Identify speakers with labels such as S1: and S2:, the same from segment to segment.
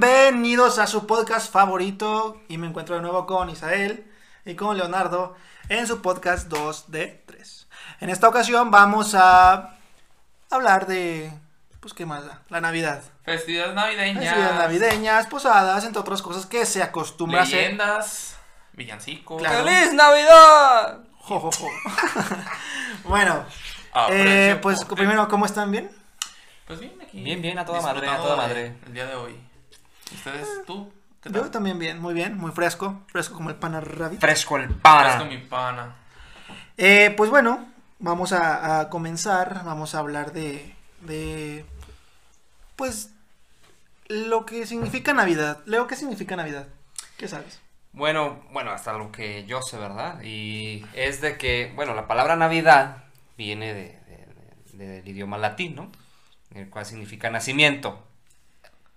S1: Bienvenidos a su podcast favorito y me encuentro de nuevo con Isael y con Leonardo en su podcast 2 de 3. En esta ocasión vamos a hablar de, pues qué más, da? la Navidad.
S2: Festividades navideñas.
S1: Festividades navideñas, posadas, entre otras cosas que se acostumbra a hacer.
S2: Leyendas. Villancicos.
S1: Claro.
S3: ¡Feliz Navidad!
S1: Jo, jo, jo. bueno,
S2: Aprecio
S1: eh, pues
S2: Ah, por-
S1: primero, ¿cómo están? ¿Bien?
S2: Pues bien, aquí.
S3: Bien, bien, a toda madre, a
S2: disfrutando de-
S3: toda madre.
S2: El día de hoy. ¿Ustedes, tú? ¿Qué tal?
S1: Ah. Yo también bien, muy bien, muy fresco, fresco como el pan rabi.
S3: Fresco el
S2: Estás con
S3: pana.
S2: mi pana.
S1: Eh, pues bueno, vamos a, a comenzar, vamos a hablar de, de, pues, lo que significa Navidad. Leo, ¿qué significa Navidad? ¿Qué sabes?
S3: Bueno, bueno, hasta lo que yo sé, ¿verdad? Y es de que, bueno, la palabra Navidad viene de, de- de- del idioma latín, ¿no? El cual significa nacimiento.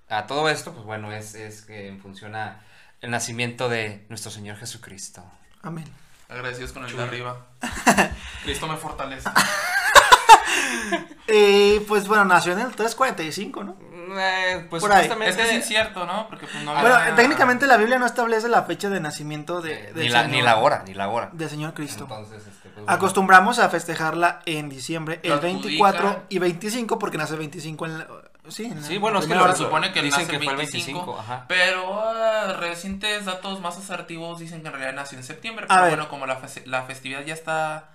S3: A todo esto, pues bueno, es, es que en función a el nacimiento de nuestro Señor Jesucristo.
S1: Amén.
S2: Agradecidos con el de arriba. Cristo me fortalece.
S1: Eh, pues bueno, nació en el 345, ¿no?
S3: Eh, pues
S1: Por ahí.
S2: es
S3: justamente-
S2: que es incierto, ¿no? Porque pues no
S3: Ah.
S2: había
S1: Bueno, eh,
S2: nada.
S1: técnicamente la Biblia no establece la fecha de nacimiento de,
S3: eh,
S1: del
S3: ni, la, ni
S1: Señor-
S3: la hora, ni la hora.
S1: del Señor Cristo.
S3: Entonces, este, pues, bueno.
S1: Acostumbramos a festejarla en diciembre,
S2: Lo
S1: el
S2: adjudican.
S1: 24 y 25, porque nace 25 en la- sí, en la
S3: Sí, bueno, es que
S1: primera
S3: lo-
S1: hora.
S2: Se supone que
S3: dicen
S2: nace
S3: que fue el
S2: 25,
S3: 25, ajá.
S2: Pero ah, recientes datos más asertivos dicen que en realidad nació en septiembre.
S1: A
S2: Pero
S1: ver.
S2: bueno, como la, fes- la festividad ya está.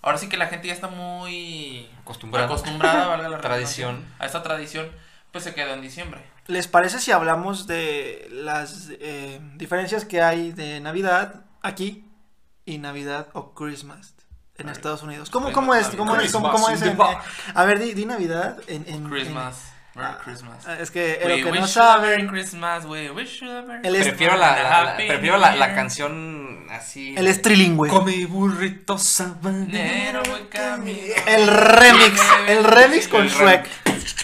S2: Ahora sí que la gente ya está muy
S3: Acostumbrada.
S2: acostumbrada, valga la
S3: Tradición.
S2: redundancia, A esta tradición, pues se quedó en diciembre.
S1: ¿Les parece si hablamos de las eh, diferencias que hay de Navidad aquí y Navidad o Christmas en Estados Unidos? ¿Cómo, cómo es? ¿Cómo es? ¿Cómo, cómo es? en- eh, a ver, di, di Navidad en... en- en-
S2: Christmas. Merry
S1: Ah,
S2: Christmas.
S1: ah, Es que
S2: We
S1: lo que
S2: wish
S1: no
S2: you a Merry
S1: saben,
S2: Christmas, we wish you a Merry
S1: El est-
S3: Prefiero la, la- la-
S2: Happy
S3: prefiero la,
S2: New
S3: la
S2: Year.
S3: canción así. Eh,
S1: él es trilingüe.
S3: mi burrito
S2: Enero voy camino.
S1: El remix, el remix con
S2: El
S1: Shrek.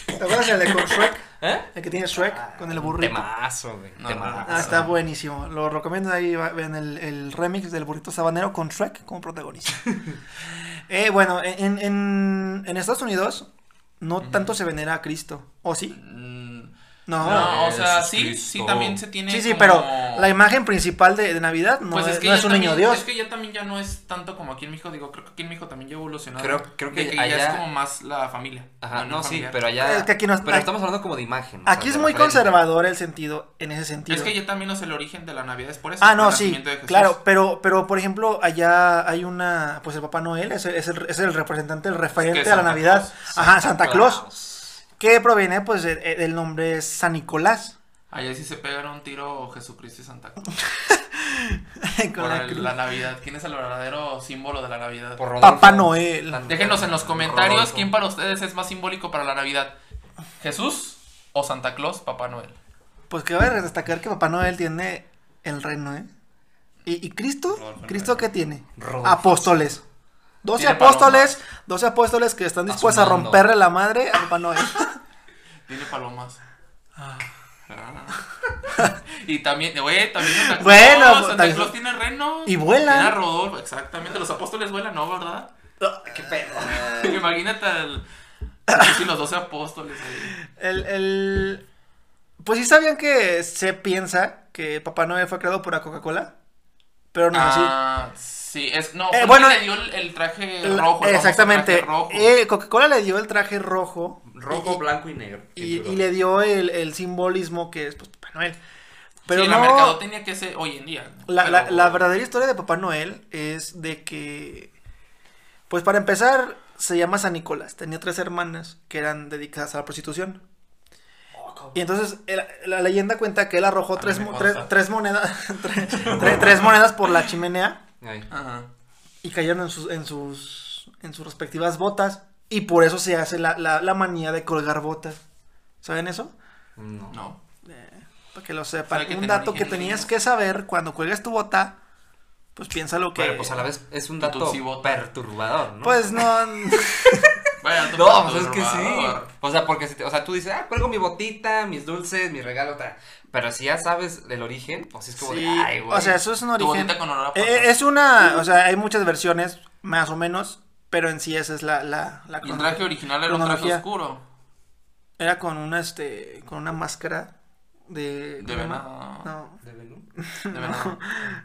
S1: ¿Te acuerdas del de con Shrek?
S3: ¿Eh?
S1: El que tiene Shrek con el burrito.
S3: Temazo, güey.
S2: No,
S3: temazo.
S2: no, no.
S1: Ah, está buenísimo. Lo recomiendo ahí. va- Vean el, el remix del burrito sabanero con Shrek como protagonista. Eh, bueno, en, en- en Estados Unidos no tanto se venera a Cristo. ¿O sí?
S2: Mm,
S1: No.
S2: No, o sea,
S3: Jesús
S2: sí,
S3: Cristo.
S2: sí, también se tiene
S1: sí, sí,
S2: como-
S1: pero la imagen principal de, de Navidad no
S2: Pues
S1: es,
S2: que
S1: no
S2: ya
S1: es un
S2: también-
S1: niño Dios.
S2: Es que ya también ya no es tanto como aquí en México, digo, creo que aquí en México también ya evolucionó.
S3: Creo- creo que
S2: de ya
S3: allá-
S2: es como más la familia.
S3: Ajá,
S2: la
S3: no,
S2: unión
S3: sí,
S2: familiar.
S3: pero allá.
S1: Es que aquí no-
S3: pero estamos hablando como de imagen. o
S1: Aquí
S3: sea,
S1: es
S3: de
S1: muy
S3: referente.
S1: conservador el sentido, en ese sentido.
S2: Es que ya también no es el origen de la Navidad, es por eso.
S1: Ah,
S2: el
S1: no, sí,
S2: nacimiento de Jesús.
S1: claro, pero, pero por ejemplo, allá hay una, pues el Papá Noel es, el- es el, es el representante, el referente a la
S2: Santa
S1: Navidad.
S2: Claus.
S1: Ajá, Santa Claus.
S3: Claus.
S1: que proviene pues de- de- del nombre San Nicolás.
S2: Allá sí se pegan un tiro Jesucristo y Santa Claus.
S1: Con
S2: Por
S1: la
S2: el-
S1: cruz.
S2: la Navidad. ¿Quién es el verdadero símbolo de la Navidad?
S3: Por Rodolfo.
S1: Papá Noel.
S3: Tan-
S2: Déjenos en los comentarios
S3: Rodolfo.
S2: quién para ustedes es más simbólico para la Navidad. ¿Jesús o Santa Claus, Papá Noel?
S1: Pues que va a destacar que Papá Noel tiene el reino, ¿eh? ¿Y, y Cristo?
S2: Rodolfo
S1: ¿Cristo
S2: el
S1: qué tiene?
S3: Rodolfo.
S1: Apóstoles. 12
S2: Tiene
S1: apóstoles, 12 apóstoles que están dispuestos a
S3: Asomando.
S1: romperle la madre a Papá Noel.
S2: Tiene palomas. Ah. y también, güey, también Santa Claus.
S1: Bueno, pues,
S2: Santa
S1: también-
S2: Claus tiene reno.
S1: Y vuela.
S2: Tiene a Rodolfo, exactamente. Los apóstoles vuelan, ¿no? ¿Verdad?
S3: Qué pedo.
S1: Eh.
S2: Imagínate al- sí, los 12 apóstoles ahí.
S1: El, el- Pues sí sabían que se piensa que Papá Noel fue creado por la Coca-Cola, pero no es así.
S2: Ah, sí, es, no,
S1: Eh, bueno,
S2: bueno, le dio el, el traje
S1: La-
S2: rojo. el famoso
S1: Exactamente.
S2: traje rojo.
S1: Eh, Coca-Cola le dio el traje rojo.
S3: Rojo,
S1: y-
S3: blanco y negro.
S1: y, y le dio el, el simbolismo que es pues, Papá Noel. Pero
S2: sí, la
S1: no,
S2: mercadotecnia que es hoy en día.
S1: la, la-
S2: pero-
S1: la verdadera historia de Papá Noel es de que, pues para empezar, se llama San Nicolás. Tenía tres hermanas que eran dedicadas a la prostitución. Y entonces el- la leyenda cuenta que él arrojó
S2: Oh, mí
S1: tres,
S2: me
S1: mo-
S2: consta.
S1: tres, tres monedas tres, tres- tres monedas por la chimenea
S3: Ay.
S2: Ajá.
S1: y cayeron en sus, en sus, en sus respectivas botas y por eso se hace la, la- la manía de colgar botas. ¿Saben eso?
S3: No.
S2: No.
S1: Para que lo sepan.
S2: Sabe que
S1: un
S2: tiene
S1: dato que
S2: origen
S1: tenías
S2: indígena.
S1: que saber cuando cuelgas tu bota, pues piensa lo que.
S3: Pero pues a la vez es un
S2: Tu
S3: dato
S2: tutsibota.
S3: perturbador, ¿no?
S1: Pues no.
S2: Vaya,
S3: No,
S2: dato
S3: pues es que sí.
S2: perturbador.
S3: O sea, porque si te- o sea, tú dices, ah, cuelgo mi botita, mis dulces, mi regalo, tal. Pero si ya sabes del origen, pues sí es como
S1: sí,
S3: de, ay, güey.
S1: o sea, eso es un
S2: Tu
S1: origen.
S2: botita con olor a
S1: Eh,
S2: papas.
S1: eh, es una. O sea, hay muchas versiones, más o menos. Pero en sí esa es la. la, la
S2: Y el traje original era un traje
S1: cronología.
S2: oscuro.
S1: Era con una, este, con una máscara de...
S2: De
S1: ¿cómo se
S2: venado.
S1: llama? No,
S3: ¿De Venú?
S2: De venado.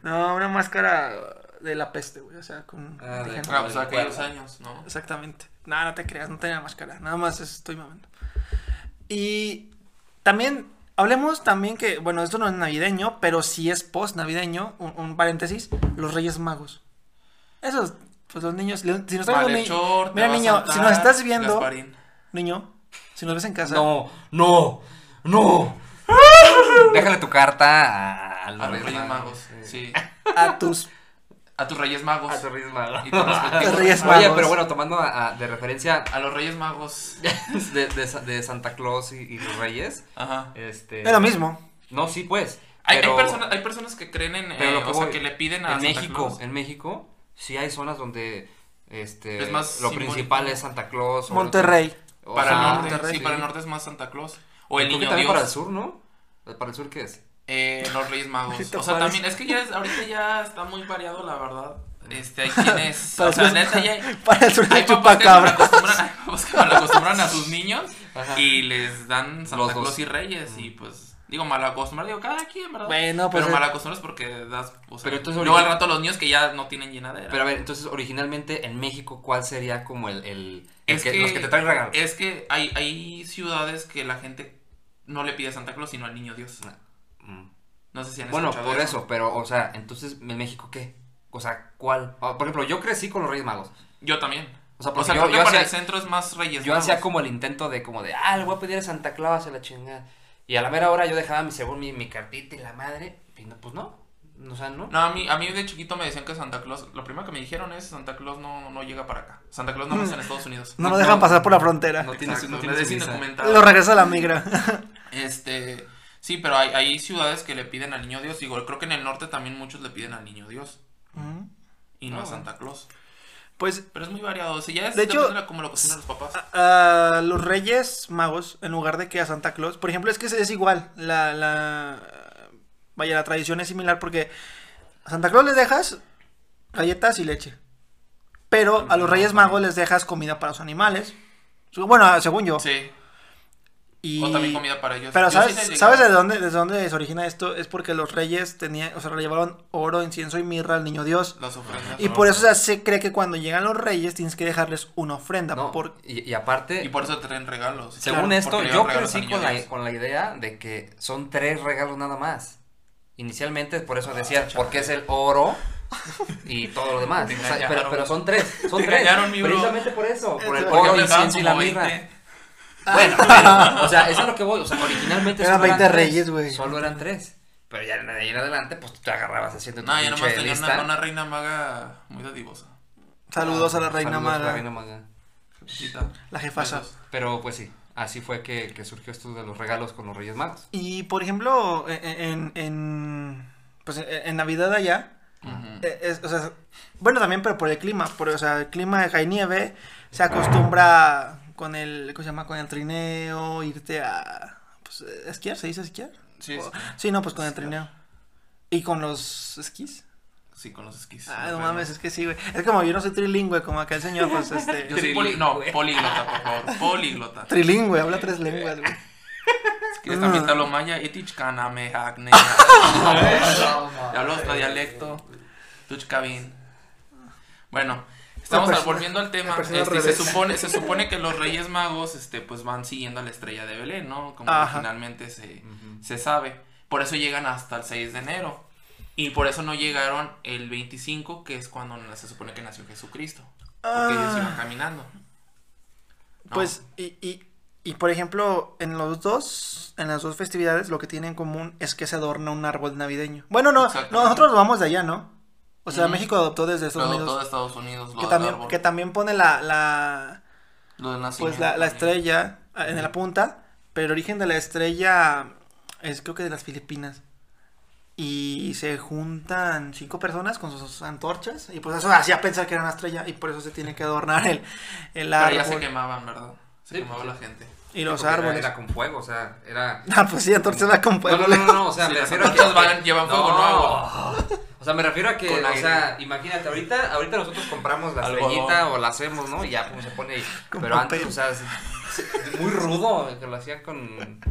S1: no, una máscara de la peste, güey, o sea, con...
S3: Ah, de-
S1: tijera.
S2: Ah, pues aquellos años, ¿no?
S1: Exactamente. No, no te creas, no tenía máscara. Nada más eso estoy mamando. Y también, hablemos también que, bueno, esto no es navideño, pero sí es post navideño, un, un paréntesis, los Reyes Magos. Esos, pues los niños, le- si nos estás viendo, ni-
S2: Malhechor, te
S1: mira,
S2: va a
S1: niño,
S2: saltar,
S1: si nos estás viendo-
S2: Gasparín.
S1: niño, si nos ves en casa,
S3: No, no, no. Déjale tu carta a,
S2: A los Reyes Magos, sí.
S1: a tus...
S2: A tus Reyes Magos.
S3: A los Reyes Magos.
S2: Y tus respectivos-
S1: Reyes Magos.
S3: Oye, pero bueno, tomando a- a- de referencia
S2: A los Reyes Magos.
S3: de, de Sa- de Santa Claus y, y los Reyes,
S2: Ajá.
S3: este...
S1: Es lo mismo.
S3: No, sí, pues.
S2: Hay, hay
S3: pero-
S2: personas, hay personas que creen en. eh,
S3: pero lo que
S2: o sea,
S3: voy-
S2: que le piden a.
S3: En
S2: Santa
S3: México,
S2: Claus.
S3: en México, sí hay zonas donde este
S2: Es más
S3: lo
S2: simbólico.
S3: principal es Santa Claus. o
S1: Monterrey.
S3: lo- o
S2: Para
S3: sea,
S2: el norte.
S1: Monterrey,
S2: sí,
S1: sí.
S2: para el norte es más Santa Claus. O el
S3: Creo que
S2: niño
S3: también
S2: Dios.
S3: para el sur, ¿no? ¿Para el sur qué es?
S2: Eh, los Reyes Magos.
S1: Sí, te
S2: O sea,
S1: parece.
S2: también. Es que ya es- ahorita ya está muy variado, la verdad. Este, hay quienes.
S1: Para
S2: o sea,
S1: los-
S2: neta, ya hay.
S1: Para el sur de
S2: Hay papás que mal
S1: Chupacabra.
S2: acostumbran, hay papás que mal acostumbran a sus niños
S3: Ajá.
S2: y les dan Santa
S3: Los dos.
S2: Claus y Reyes y pues digo mal acostumbrar, digo cada quien, ¿verdad?
S1: Bueno, pues,
S2: pero
S1: eh.
S2: mal acostumbras porque das, o sea,
S3: Pero entonces
S2: luego al
S3: ahorita-
S2: rato los niños que ya no tienen llenadera.
S3: Pero a ver, entonces originalmente en México, ¿cuál sería como el, el, el
S2: Es
S3: que,
S2: que-
S3: los que te traen regalos?
S2: es que hay hay ciudades que la gente no le pide a Santa Claus sino al niño Dios.
S3: Mm.
S2: No sé si han
S3: Bueno,
S2: escuchado
S3: por eso, pero, o sea, entonces, ¿en México qué? O sea, ¿cuál? Ah, Por ejemplo, yo crecí con los Reyes Magos.
S2: Yo también.
S3: O sea,
S2: O
S3: porque
S2: sea,
S3: yo,
S2: creo que
S3: yo
S2: para
S3: hacía,
S2: el centro es más Reyes.
S3: yo
S2: Magos.
S3: hacía como el intento de, como de, ah, le voy a pedir a Santa Claus a la chingada. Y a la mera hora yo dejaba, mi, según mi, mi cartita y la madre, y no, pues no. O sea, no.
S2: No, a mí, a mí de chiquito me decían que Santa Claus, lo primero que me dijeron es Santa Claus no, no llega para acá. Santa Claus no está en Estados Unidos.
S1: No lo dejan
S3: no.
S1: pasar por la frontera.
S3: No tiene-
S2: Exacto,
S3: no tiene
S2: es
S3: su visa.
S2: indocumentado.
S1: Lo regresa a la migra.
S2: Este, sí, pero hay, hay ciudades que le piden al niño Dios. Digo, creo que en el norte también muchos le piden al niño Dios
S1: Ujú.
S2: y no
S3: Ah,
S2: a
S3: bueno.
S2: Santa Claus.
S1: Pues
S2: Pero es muy variado. O sea, ya es
S1: De hecho,
S2: depende de cómo lo cocinan los papás.
S1: a a los Reyes Magos, en lugar de que a Santa Claus, por ejemplo, es que es igual, la, la, vaya, la tradición es similar porque a Santa Claus les dejas galletas y leche, pero a los Reyes Magos les dejas comida para los animales, Su- bueno, ah, según yo,
S2: Sí,
S1: y...
S2: o también comida para ellos.
S1: Pero
S2: Yo sí
S1: ¿sabes,
S2: les
S1: ¿sabes de
S2: llegaba-
S1: dónde, desde dónde se origina esto? Es porque los reyes tenían, o sea, le llevaron oro, incienso y mirra al niño Dios.
S2: Las ofrendas.
S1: Y por eso o sea, se cree que cuando llegan los reyes tienes que dejarles una ofrenda.
S3: No,
S1: por-
S3: y, y aparte,
S2: Y por eso te traen regalos.
S3: según
S1: claro,
S3: esto,
S2: porque le
S3: yo
S2: regalas al
S3: crecí
S2: niño
S3: con la,
S2: Dios.
S3: con la idea de que son tres regalos nada más. Inicialmente, por eso decía, porque es el oro y todo lo
S2: Ah,
S3: demás.
S2: Te
S3: O sea,
S2: engañaron.
S3: pero, pero son tres, son
S2: Te
S3: tres.
S2: engañaron, mi bro.
S3: Precisamente por eso, por el
S1: Porque
S2: Porque
S3: oro,
S2: me daban
S3: incienso y la
S2: como
S3: mirra.
S2: 20.
S3: Bueno, pero, o sea, eso es lo que voy. O sea, originalmente
S1: Eran
S3: solo
S1: 20
S3: tres,
S1: reyes, güey.
S3: Solo eran tres. Pero ya de ahí en adelante, pues tú te agarrabas haciendo tu
S2: No, ya
S3: pinche
S2: nomás tenía
S3: lista.
S2: una, una reina maga muy dadivosa.
S1: Saludos a la reina
S3: Ah, Saludos a la
S1: maga.
S3: reina maga.
S2: Jefecita.
S1: La jefasa.
S2: Besos.
S3: Pero pues sí, así fue que, que surgió esto de los regalos con los Reyes Magos.
S1: Y por ejemplo, e, en, en- en- pues en, en Navidad allá,
S2: Pues, Ujú.
S1: eh, es- o sea, bueno también, pero por el clima, por, o sea, el clima de hay nieve, se acostumbra con el, ¿cómo se llama? Con el trineo, irte a, pues, eh, esquiar, ¿se dice esquiar?
S2: Sí,
S1: O-
S2: sí.
S1: sí, no, pues con el trineo. ¿Y con los esquís?
S2: Sí, con los esquís.
S1: Ah,
S2: Los
S1: no
S2: regalos.
S1: mames, es que sí, güey. Es como yo no soy trilingüe, como acá el señor, pues, este...
S2: Yo soy poli- no,
S3: Trilingüe.
S2: políglota, por favor. Políglota.
S1: Trilingüe, habla tres lenguas, güey.
S2: Que también te hablo maya, itich kaname hakne. Te hablo otro dialecto. Tuchkabin. Bueno, estamos
S1: La perso-
S2: volviendo al tema.
S1: la persona al
S2: Este, se,
S1: revés.
S2: supone, se supone que los Reyes Magos este, pues van siguiendo a la estrella de Belén, ¿no? Como
S1: Ajá.
S2: originalmente se, se sabe. Por eso llegan hasta el 6 de enero. Y por eso no llegaron el 25, que es cuando se supone que nació Jesucristo. Porque ellos
S1: Ah.
S2: iban caminando. ¿no?
S1: Pues, y, y, y, por ejemplo, en los dos, en las dos festividades, lo que tienen en común es que se adorna un árbol navideño. Bueno, no,
S2: Exactamente.
S1: no, nosotros lo vamos de allá, ¿no? O sea,
S2: Ujú.
S1: México adoptó desde
S2: Lo
S1: Estados
S2: de
S1: Unidos.
S2: todo Estados Unidos, lo
S1: que
S2: del
S1: también,
S2: árbol,
S1: que también pone la, la
S2: lo del
S1: pues
S2: nacimiento
S1: la, la
S2: también.
S1: estrella ah, en la punta, pero el origen de la estrella es creo que de las Filipinas. Y se juntan cinco personas con sus antorchas y pues eso hacía pensar que era una estrella y por eso se tiene que adornar el, el
S2: Pero
S1: árbol
S2: ya se quemaban, ¿verdad? Se
S3: Sí,
S2: quemaba
S3: pues,
S2: la
S3: sí.
S2: gente.
S1: y los
S3: Porque era-
S1: árboles.
S3: Era con fuego, o sea, era.
S1: Ah, pues sí, entonces la
S3: No,
S1: compuerta.
S3: no, no, no, o sea,
S2: Sí,
S3: me
S2: las
S3: refiero a que.
S2: tortas van- llevan fuego, no
S3: O sea, me refiero a que,
S2: Con
S3: o
S2: aire.
S3: sea, imagínate, ahorita, ahorita nosotros compramos la
S2: Algodón.
S3: estrellita o la hacemos, ¿no? Y ya como se pone ahí.
S1: Con
S3: Pero antes,
S1: papel.
S3: o sea, es- es muy rudo que lo hacían con,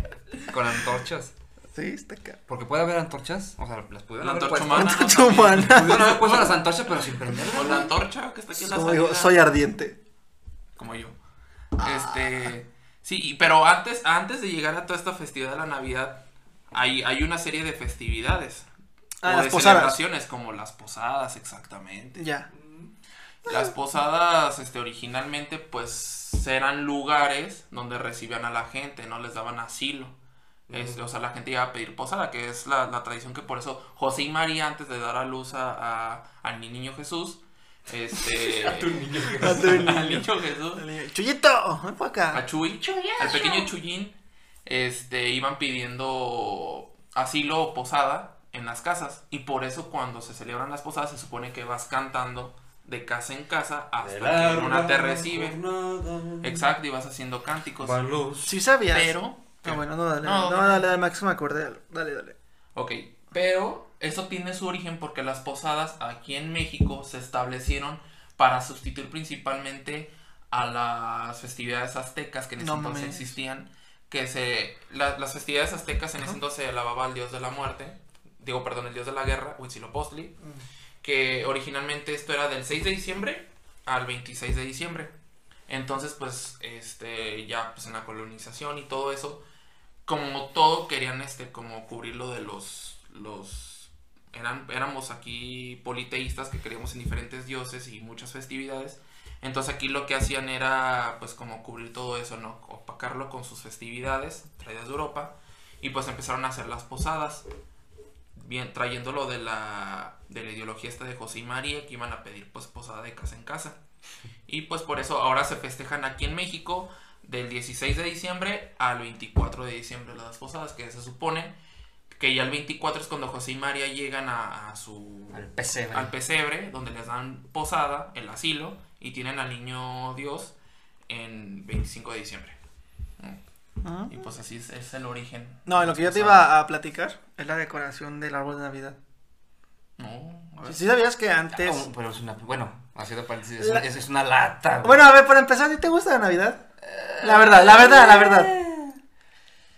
S3: con antorchas.
S1: Sí, está acá.
S3: Porque puede haber antorchas, o sea, las pudieron
S2: La
S3: haber
S2: antorcha
S3: puesto.
S2: humana. ¿no?
S1: Antorcha humana.
S3: Pudieron haber puesto las antorchas, pero sin prender.
S2: Con la antorcha que está aquí en la
S1: Como digo,
S2: salida.
S1: soy ardiente.
S2: como yo.
S1: Ah.
S2: Este, sí, y- pero antes, antes de llegar a toda esta festividad de la Navidad, hay, hay una serie de festividades.
S1: Ah,
S2: o
S1: las
S2: de
S1: posadas.
S2: celebraciones, como las posadas, exactamente.
S1: Ya.
S2: Las posadas, este, originalmente, pues, eran lugares donde recibían a la gente, no les daban asilo. Este, o sea, la gente iba a pedir posada, que es la, la tradición que por eso José y María, antes de dar a luz a, a- al niño Jesús, este, al niño Jesús,
S1: Chuyito, ven para
S2: a
S1: acá.
S2: Chuy, al pequeño Chuyín, este, iban pidiendo asilo o posada en las casas. Y por eso cuando se celebran las posadas se supone que vas cantando de casa en casa hasta que una te recibe. Exacto, y vas haciendo cánticos.
S1: Sí sabías.
S2: Pero,
S1: Ah, bueno, no, dale. No,
S2: No, no.
S1: dale, dale, Max, me acordé. de algo. Dale, dale.
S2: ok, pero eso tiene su origen porque las posadas aquí en México se establecieron para sustituir principalmente a las festividades aztecas que en ese
S1: No
S2: entonces
S1: mames.
S2: existían, que se la- las festividades aztecas en ese entonces se alababa al dios de la muerte, digo, perdón, el dios de la guerra, Huitzilopochtli, que originalmente esto era del 6 de diciembre al 26 de diciembre. Entonces, pues, este, ya, pues, en la colonización y todo eso, como todo querían, este, como cubrir lo de los, los, eran, éramos aquí politeístas que creíamos en diferentes dioses y muchas festividades. Entonces aquí lo que hacían era, pues, como cubrir todo eso, ¿no? Opacarlo con sus festividades traídas de Europa. Y pues empezaron a hacer las posadas bien, trayendo lo de la, de la ideología esta de José y María, que iban a pedir pues posada de casa en casa. Y pues por eso ahora se festejan aquí en México del 16 de diciembre al 24 de diciembre las posadas, que se supone que ya el 24 es cuando José y María llegan a, a su...
S3: Al pesebre.
S2: al pesebre, donde les dan posada, el asilo, y tienen al niño Dios en 25 de diciembre.
S1: Ujú.
S2: Y pues así es, es el origen.
S1: No,
S2: de
S1: lo
S2: las
S1: que yo te
S2: posadas.
S1: iba a platicar es la decoración del árbol de Navidad.
S2: No, a ver. oh.
S1: Si sabías que antes.
S3: Ah, pero es una. Bueno, haciendo paréntesis, es,
S1: La-
S3: es- es una lata. güey.
S1: Bueno, a ver, para empezar, ¿a ti te gusta la Navidad? La verdad, la verdad, la verdad.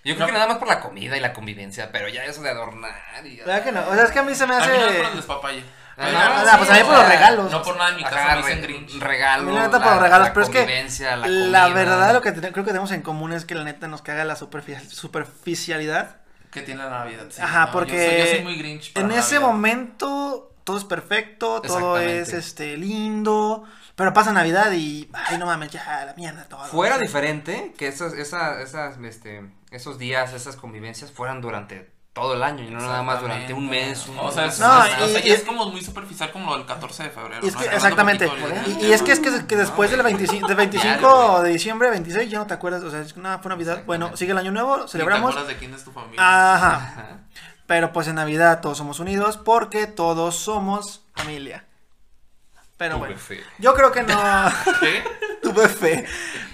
S3: Yo creo que nada más por la comida y la convivencia, pero ya eso de adornar y.
S1: ¿Verdad que no? O sea, es que a mí se me
S2: A mí no es
S1: hace.
S2: por el despapalle.
S3: Ah,
S2: Oigan,
S1: no,
S2: sí,
S1: o sea, pues a mí por
S2: o
S1: los
S2: sea,
S1: regalos.
S2: No por nada en mi casa me
S3: Ajá,
S2: dicen
S3: re-
S2: Grinch.
S1: A
S3: Regalos.
S1: mí la neta por los regalos, pero es que
S3: convivencia,
S1: la,
S3: comida.
S1: verdad lo que ten- creo que tenemos en común es que la neta nos caga la superfi- superficialidad.
S2: Que tiene la Navidad. sí,
S1: Ajá,
S2: no, yo
S1: porque
S2: soy- Yo soy, muy Grinch. para
S1: en ese
S2: Navidad.
S1: momento todo es perfecto, todo
S3: Exactamente.
S1: es este lindo, pero pasa Navidad y ay no mames, ya la mierda todo.
S3: Fuera diferente que esas, esa- esas, este, esos días, esas convivencias fueran durante todo el año y no nada más durante un mes. un-
S2: O sea, es,
S1: No,
S2: es- o sea,
S1: y-
S2: ya es
S1: y-
S2: como muy superficial como lo del 14 de febrero.
S1: Y es
S2: ¿no?
S1: que,
S2: Hablando
S1: exactamente.
S2: poquito del-
S1: Y, y es que es que, que después del 25, del 25 de diciembre, 26, ya no te acuerdas. O sea, es que nada, fue Navidad. Bueno, sigue el año nuevo,
S2: Ni
S1: celebramos. Ah,
S2: te acuerdas de quién es tu familia.
S1: Ajá. Pero pues en Navidad todos somos unidos porque todos somos familia. Pero bueno. Yo creo que no
S2: ¿Qué?
S1: tuve fe.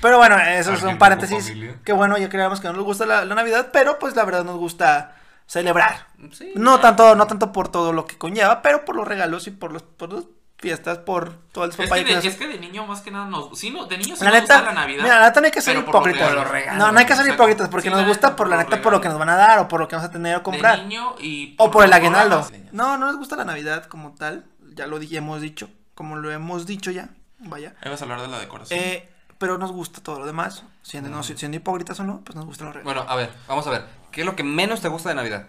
S1: Pero bueno, eso es
S3: ¿Alguien
S1: un
S3: dijo
S1: paréntesis.
S3: familia?
S1: Que bueno, ya creíamos que no nos gusta la, la Navidad, pero pues la verdad nos gusta celebrar.
S3: Sí.
S1: No tanto, no tanto por todo lo que conlleva, pero por los regalos y por los, por las fiestas, por todo el
S2: Es
S1: papá
S2: que,
S1: y
S2: de,
S1: cosas.
S2: es que de niño más que nada nos... Sí, no, de niño sí
S1: La
S2: nos gusta
S1: neta,
S2: la Navidad.
S1: mira, la neta no hay que ser
S2: pero por los
S1: hipócritas.
S2: regalos.
S1: No, no hay que ser
S2: Exacto.
S1: hipócritas porque
S2: Sí,
S1: nos
S2: la
S1: gusta
S2: neta,
S1: por la
S2: por los
S1: neta por lo que nos
S2: regalos.
S1: van a dar o por lo que vamos a tener o comprar.
S2: De niño y...
S1: O por el
S2: los
S1: aguinaldo.
S2: regalos.
S1: No, no nos gusta la Navidad como tal. Ya lo di- hemos dicho. Como lo hemos dicho ya. Vaya.
S2: Ahí vas a hablar de la decoración.
S1: Eh, pero nos gusta todo lo demás. Siendo, no, si- siendo hipócritas o no, pues nos gustan los regalos.
S3: Bueno, a ver, vamos a ver. ¿Qué es lo que menos te gusta de Navidad?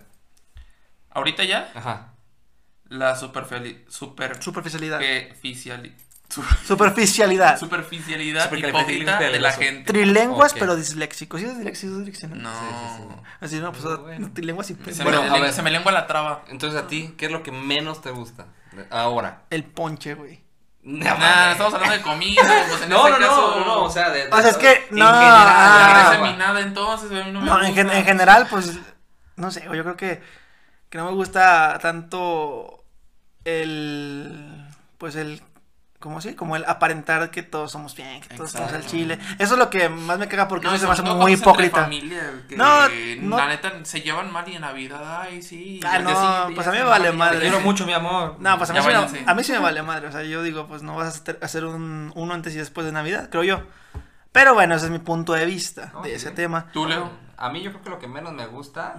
S2: Ahorita ya,
S3: Ajá.
S2: la superfeli- super...
S1: Superficialidad.
S2: Superficiali- su-
S1: Superficialidad.
S2: superficialidad
S3: Supercalifragilístico
S2: hipócrita de la
S3: peligroso.
S2: gente.
S1: Trilenguas,
S3: Ok.
S1: pero disléxicos. ¿Sí es disléxico? ¿Sí es disléxico?
S2: No.
S1: Así no, pues
S3: Muy bueno.
S1: trilenguas y
S2: Se,
S3: Bueno,
S2: me,
S3: a
S2: le-
S3: ver.
S2: se me lengua la traba.
S3: Entonces, ¿a ti qué es lo que menos te gusta de- ahora?
S1: el ponche, güey.
S3: No,
S2: Nah, estamos hablando de comida. pues, en
S3: no,
S2: este
S3: no,
S2: caso,
S3: no, no, o sea, de,
S1: O sea, es que-
S3: en
S1: no,
S3: general,
S1: ah,
S3: de
S2: Regresa
S3: agua.
S2: mi nada entonces, a mí no me
S1: No, en, gen-
S2: gusta.
S1: en general, pues, no sé, güey, yo creo que, que no me gusta tanto el, pues el, ¿cómo así? Como el aparentar que todos somos bien, que todos somos al
S2: Exacto.
S1: chile. Eso es lo que más me caga porque
S2: No,
S1: eso se me hace
S2: sobre todo
S1: muy
S2: cuando es entre
S1: hipócrita.
S2: familia, que
S1: No, no.
S2: La neta, se llevan mal y en Navidad, ay, sí. y
S1: Ah,
S2: al día
S1: no,
S2: siguiente
S1: pues
S2: ya
S1: a mí
S2: se
S1: me vale
S2: van, ya
S1: madre.
S3: Te
S2: te
S3: quiero
S2: quiero
S3: mucho, mi amor.
S1: No, pues a mí,
S2: Ya
S1: sí
S2: váyanse.
S1: me, a mí sí me vale madre, o sea, yo digo, pues no vas a hacer, hacer un, uno antes y después de Navidad, creo yo. Pero bueno, ese es mi punto de vista de
S3: Ok.
S1: ese tema.
S2: Tú, Leo.
S3: A mí yo creo que lo que menos me gusta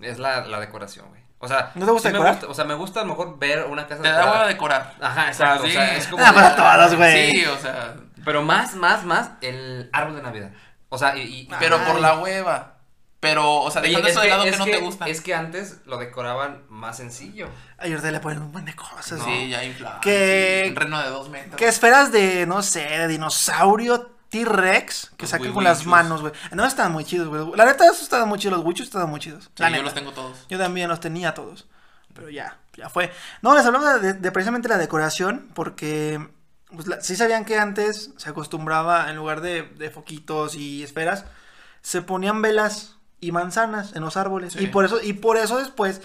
S3: es la, la decoración, güey. O sea,
S1: ¿No te gusta
S3: sí me
S1: decorar?
S3: gusta- o sea, me gusta a lo mejor ver una casa
S2: Te da
S3: decorada.
S2: hueva decorar.
S3: Ajá, exacto.
S2: O sea,
S3: O
S2: sí.
S3: sea, es como.
S1: Ah, para todas, güey.
S2: Sí, o sea,
S3: Pero más, más, más el árbol de Navidad. O sea, y. y-
S2: pero por
S1: Ay.
S2: la hueva. Pero, o sea,
S3: Oye,
S2: dejando
S3: es
S2: eso de lado que,
S3: es
S2: no te gusta.
S3: Es que antes lo decoraban más sencillo.
S1: Ayer te le ponen un buen de cosas.
S2: Sí,
S1: güey.
S2: ya inflado.
S1: Que-
S2: sí, un reno de dos metros.
S1: Que esferas de, no sé, de dinosaurio T-Rex que
S2: Los
S1: sacan con
S2: Wiwichus.
S1: las manos, güey. No, estaban muy chidos, güey. La neta, esos estaban muy chidos. Los Wichus estaban muy chidos.
S2: Sí,
S1: la
S2: yo
S1: neta.
S2: los tengo todos.
S1: Yo también los tenía todos. Pero ya, ya fue. No, les hablaba de, de precisamente la decoración, porque pues, la- sí sabían que antes se acostumbraba, en lugar de, de foquitos y esferas, se ponían velas y manzanas en los árboles.
S2: Sí.
S1: Y por eso, y por eso después,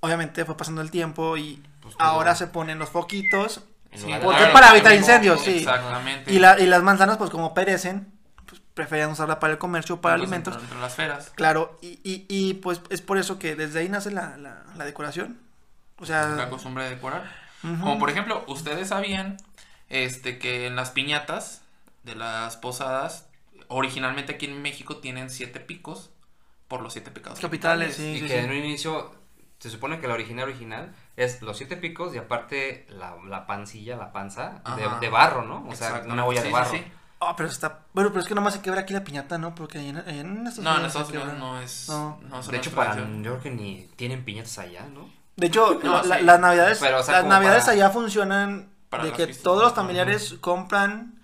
S1: obviamente fue pasando el tiempo y
S3: Pues, todo.
S1: ahora se ponen los foquitos.
S3: En
S2: Sí,
S3: lugar de-
S1: porque
S2: claro,
S1: para evitar
S2: también,
S1: incendios,
S2: porque-
S1: sí.
S2: Exactamente.
S1: Y, la- y las manzanas, pues como perecen, pues preferían usarla para el comercio, para
S2: Entonces,
S1: alimentos.
S2: Entre, Pues, entre las feras.
S1: Claro, y, y, y, pues es por eso que desde ahí nace la, la, la decoración. O
S2: La
S1: sea,
S2: costumbre de decorar.
S1: ujú.
S3: Ah.
S2: Como por ejemplo, ustedes sabían este, que en las piñatas de las posadas, originalmente aquí en México tienen siete picos por los siete pecados
S1: Capitales, sí.
S3: y que en un inicio se supone que la original original es los siete picos y aparte la, la pancilla, la panza
S2: Ajá.
S3: de, de barro, ¿no? O sea,
S2: Exactamente,
S3: una olla
S2: sí,
S3: de
S2: sí,
S3: barro.
S2: sí.
S1: Ah, pero está. Bueno, pero es que nomás se quebra aquí la piñata, ¿no? Porque ahí en, ahí en Estados
S2: No, en
S1: Unidos se
S2: Estados Unidos
S1: quebra.
S2: no es.
S1: No.
S2: no, eso
S3: De
S2: no
S3: hecho,
S2: es
S3: para
S2: tradición.
S3: New York ni tienen piñatas allá, ¿no?
S1: De hecho,
S2: No,
S1: la-
S2: sí.
S1: las navidades,
S3: Pero, o sea,
S1: las
S3: como
S1: navidades
S3: para-
S1: allá funcionan
S2: para
S1: de
S2: las
S1: que
S2: fiestas,
S1: todos los
S2: ¿no?
S1: familiares compran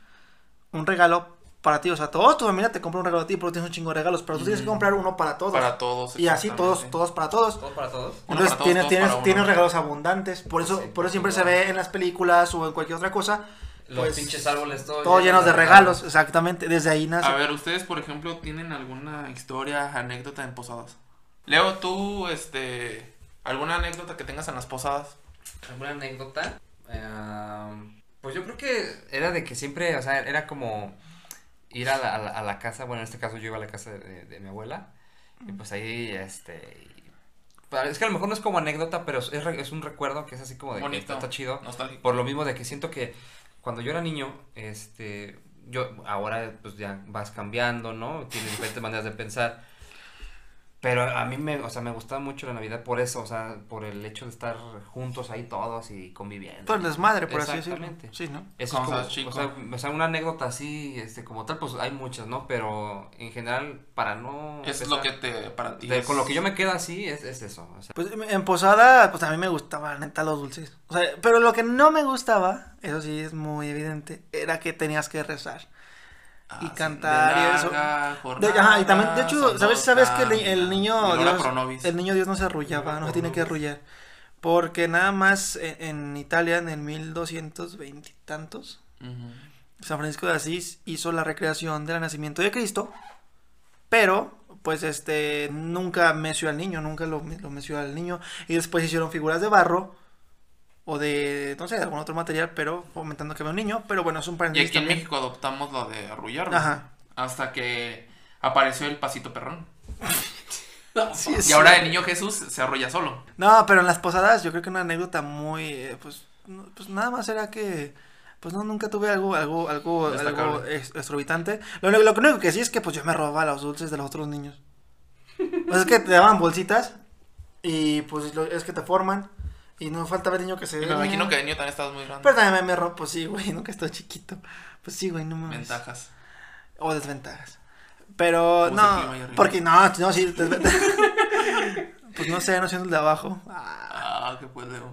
S1: un regalo para ti. O sea, todos tu familia te compra un regalo a ti porque tienes un chingo de regalos, pero tú tienes que comprar uno para todos.
S2: Para todos.
S1: y así todos,
S2: exactamente.
S1: todos para todos.
S3: Todo para todos.
S2: Uno
S1: Entonces
S2: para todos,
S1: tienes,
S2: todos
S1: tienes,
S2: para uno.
S1: tienes regalos abundantes. Por eso,
S3: Sí,
S1: por eso siempre se
S3: igual.
S1: ve en las películas o en cualquier otra cosa.
S3: Los
S1: pues,
S3: pinches árboles todos.
S1: Todos llenos de regalos, exactamente. Desde ahí nace.
S2: A ver, ustedes, por ejemplo, ¿tienen alguna historia, anécdota en posadas? Leo, tú, este. ¿Alguna anécdota que tengas en las posadas?
S3: ¿Alguna anécdota? Ehm, pues yo creo que era de que siempre, o sea, era como ir a la, a la- a la casa, bueno, en este caso yo iba a la casa de, de mi abuela, y pues ahí, este... y- pues, es que a lo mejor no es como anécdota, pero es, es re- es un recuerdo que es así como de que
S2: Bonito.
S3: está, está chido.
S2: Nostálgico.
S3: Por lo mismo de que siento que cuando yo era niño, este, yo ahora pues ya vas cambiando, ¿no? Tienes diferentes maneras de pensar. Pero a mí me, o sea, me gustaba mucho la Navidad por eso, o sea, por el hecho de estar juntos ahí todos y conviviendo.
S1: Todo el desmadre, por así decirlo.
S3: Exactamente.
S1: Sí, ¿no?
S3: Eso es
S2: Cuando
S3: como,
S2: estás chico.
S3: o sea, o sea, una anécdota así, este, como tal, pues hay muchas, ¿no? Pero en general, para no...
S2: Es
S3: empezar-
S2: lo que te. Para ti.
S3: de-
S2: es-
S3: con lo que yo me quedo así es, es eso, o sea.
S1: Pues en posada, pues a mí me gustaban neta los dulces. O sea, pero lo que no me gustaba, eso sí es muy evidente, era que tenías que rezar.
S2: Ah,
S1: y
S2: sí,
S1: cantar
S2: de
S1: y eso.
S2: larga
S1: De-
S2: jornada,
S1: ajá, y también, de hecho, ¿sabes, sabes que el, el niño
S2: Y Lola
S1: Dios,
S2: Pronovis.
S1: el niño Dios no se arrullaba, no se tiene que arrullar. Porque nada más en, en Italia, en el 1220 y tantos,
S2: Ujú.
S1: San Francisco de Asís hizo la recreación del nacimiento de Cristo, pero pues este nunca meció al niño, nunca lo, lo meció al niño y después hicieron figuras de barro o de no sé, de algún otro material, pero fomentando que vea un niño, pero bueno, es un
S2: Y
S1: paréntesis
S2: aquí en
S1: también.
S2: México adoptamos lo de arrullar. güey.
S1: Ajá.
S2: Hasta que apareció el pasito perrón.
S1: Sí,
S2: Y
S1: sí.
S2: ahora el niño Jesús se arrolla solo.
S1: No, pero en las posadas yo creo que una anécdota muy eh, pues no- pues nada más era que pues no nunca tuve algo algo algo
S2: Destacable.
S1: algo ex- exorbitante. Lo, lo- lo único que sí es que pues yo me robaba los dulces de los otros niños. Pues es que te daban bolsitas y pues lo- es que te forman y no faltaba el niño que se
S2: Y me
S1: venía.
S2: imagino que de niño también estabas muy grande.
S1: Eh. pero también me robo, pues sí, güey, nunca estoy chiquito. Pues sí, güey, no mames.
S2: Ventajas.
S1: O desventajas. Pero
S2: Como es el
S1: no,
S2: clima ahí arriba.
S1: porque no, no, sí, desventajas. pues no sé, no siendo el de abajo. Ah.
S2: Ah, qué pues Leo.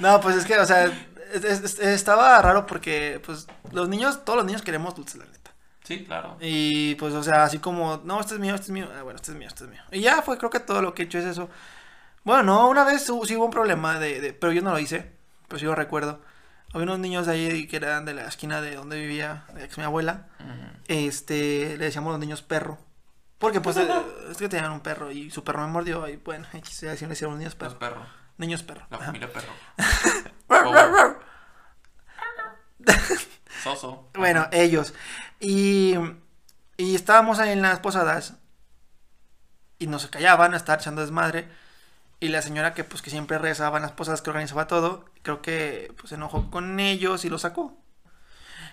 S1: no, pues es que, o sea, es- es- es- estaba raro porque, pues, los niños, todos los niños queremos dulces, la neta.
S2: Sí, claro.
S1: Y pues, o sea, así como, no, este es mío, este es mío, ah, bueno, este es mío, este es mío. Y ya fue, creo que todo lo que he hecho es eso. Bueno, no, una vez hu- sí hubo un problema de, de- pero yo no lo hice, pero sí lo recuerdo. Había unos niños de ahí que eran de la esquina de donde vivía, de ex mi abuela
S2: Mm.
S1: este, le decíamos a los niños perro. Porque pues eh, es que tenían un perro y su perro me mordió y bueno, se así le hicieron niños
S2: Los
S1: perro.
S2: perros.
S1: Niños perro.
S2: La
S1: ajá.
S2: familia Oh. perro.
S1: Rar, rar, rar.
S2: Soso.
S1: Bueno, ellos. Y, y estábamos ahí en las posadas y nos callaban, estar echando desmadre. Y la señora que pues que siempre rezaba en las posadas, que organizaba todo, creo que pues se enojó con ellos y los sacó.